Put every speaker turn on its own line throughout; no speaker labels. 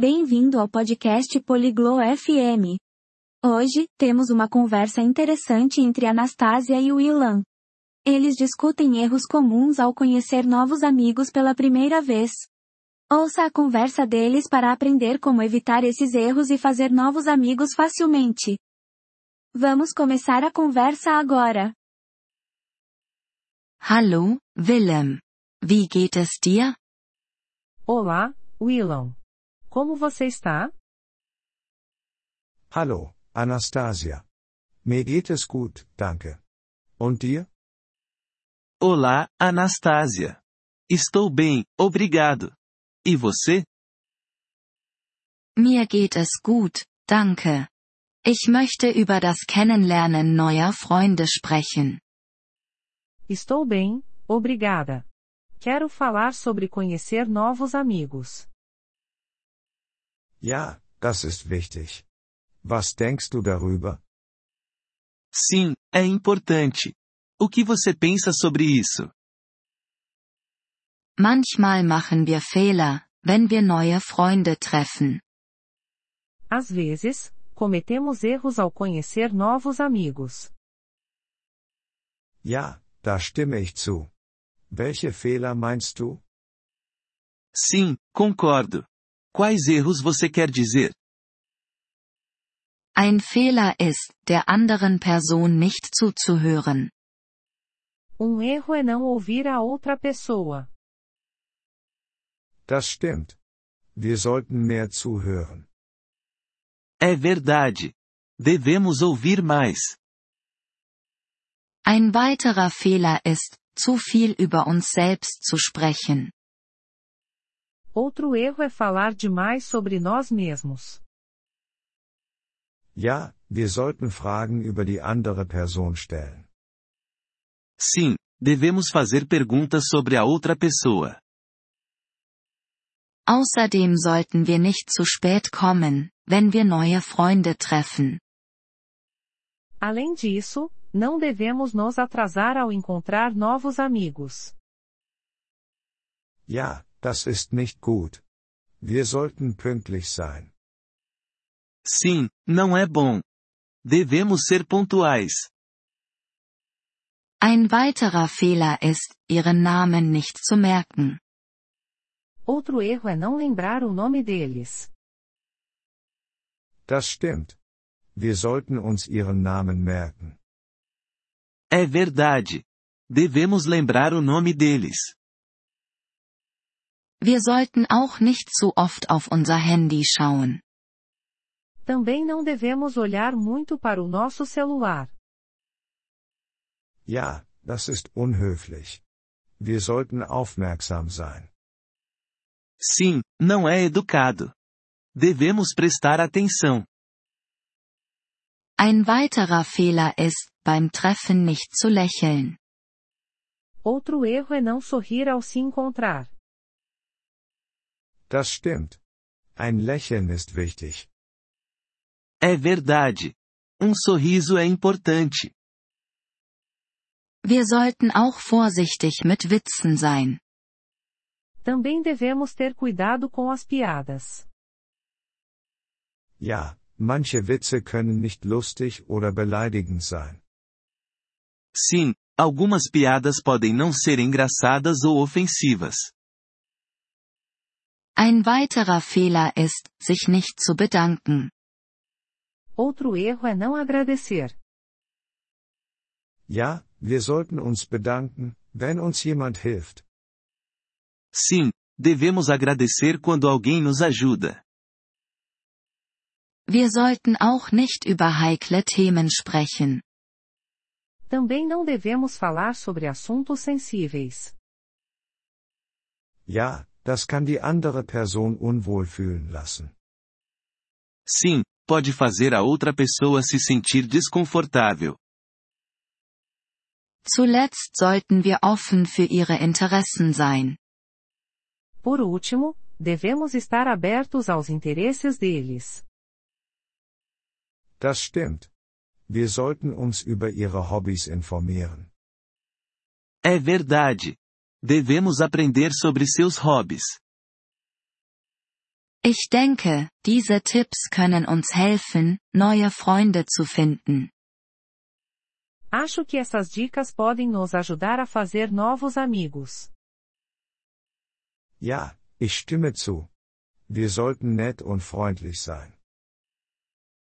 Bem-vindo ao podcast Poliglo FM. Hoje, temos uma conversa interessante entre Anastasia e Willan. Eles discutem erros comuns ao conhecer novos amigos pela primeira vez. Ouça a conversa deles para aprender como evitar esses erros e fazer novos amigos facilmente. Vamos começar a conversa agora.
Hallo, Willem. Wie geht es dir?
Olá, Willon. Como você está?
Hallo, Anastasia. Mir geht es gut, danke. Und dir?
Olá, Anastasia. Estou bem, obrigado. E você?
Mir geht es gut, danke. Ich möchte über das Kennenlernen neuer Freunde sprechen.
Estou bem, obrigada. Quero falar sobre conhecer novos amigos.
Ja, das ist wichtig. Was denkst du darüber?
Sim, é importante. O que você pensa sobre isso?
Manchmal machen wir Fehler, wenn wir neue Freunde treffen.
Às vezes, cometemos erros ao conhecer novos amigos.
Ja, da stimme ich zu. Welche Fehler meinst du?
Sim, concordo. Quais erros você quer dizer?
Ein Fehler ist, der anderen Person nicht zuzuhören.
Um erro é não ouvir a outra pessoa.
Das stimmt. Wir sollten mehr zuhören.
É verdade. Devemos ouvir mais.
Ein weiterer Fehler ist, zu viel über uns selbst zu sprechen.
Outro erro é falar demais sobre nós mesmos.
Ja, wir sollten Fragen über die andere Person stellen.
Sim, devemos fazer perguntas sobre a outra pessoa.
Außerdem sollten wir nicht zu spät kommen, wenn wir neue Freunde treffen.
Além disso, não devemos nos atrasar ao encontrar novos amigos.
Ja, das ist nicht gut. Wir sollten pünktlich sein.
Sim, não é bom. Devemos ser pontuais.
Ein weiterer Fehler ist, ihren Namen nicht zu merken.
Outro erro é não lembrar o nome deles.
Das stimmt. Wir sollten uns ihren Namen merken.
É verdade. Devemos lembrar o nome deles.
Wir sollten auch nicht zu oft auf unser Handy schauen.
Também não devemos olhar muito para o nosso celular.
Ja, das ist unhöflich. Wir sollten aufmerksam sein.
Sim, não é educado. Devemos prestar atenção.
Ein weiterer Fehler ist, beim Treffen nicht zu lächeln.
Outro erro é não sorrir ao se encontrar.
Das stimmt. Ein Lächeln ist wichtig.
É verdade. Um sorriso é importante.
Wir sollten auch vorsichtig mit Witzen sein.
Também devemos ter cuidado com as piadas.
Ja, manche Witze können nicht lustig oder beleidigend sein.
Sim, algumas piadas podem não ser engraçadas ou ofensivas.
Ein weiterer Fehler ist, sich nicht zu bedanken.
Outro erro é não agradecer.
Ja, wir sollten uns bedanken, wenn uns jemand hilft.
Sim, devemos agradecer quando alguém nos ajuda.
Wir sollten auch nicht über heikle Themen sprechen.
Também não devemos falar sobre assuntos sensíveis.
Ja, das kann die andere Person unwohl fühlen lassen.
Sim, pode fazer a outra pessoa se sentir desconfortável.
Zuletzt sollten wir offen für ihre Interessen sein.
Por último, devemos estar abertos aos interesses deles.
Das stimmt. Wir sollten uns über ihre Hobbys informieren.
É verdade. Devemos aprender sobre seus hobbies.
Ich denke, diese Tipps können uns helfen, neue Freunde zu finden.
Acho que essas dicas podem nos ajudar a fazer novos amigos.
Ja, ich stimme zu. Wir sollten nett und freundlich sein.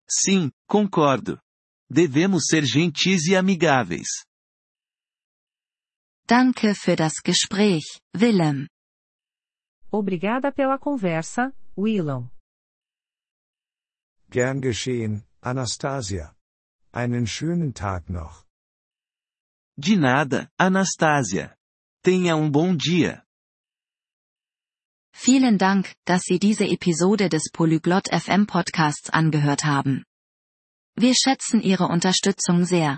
Sim, concordo. Devemos ser gentis e amigáveis.
Danke für das Gespräch, Willem.
Obrigada pela conversa, Willem.
Gern geschehen, Anastasia. Einen schönen Tag noch.
De nada, Anastasia. Tenha um bom dia.
Vielen Dank, dass Sie diese Episode des Polyglot FM Podcasts angehört haben. Wir schätzen Ihre Unterstützung sehr.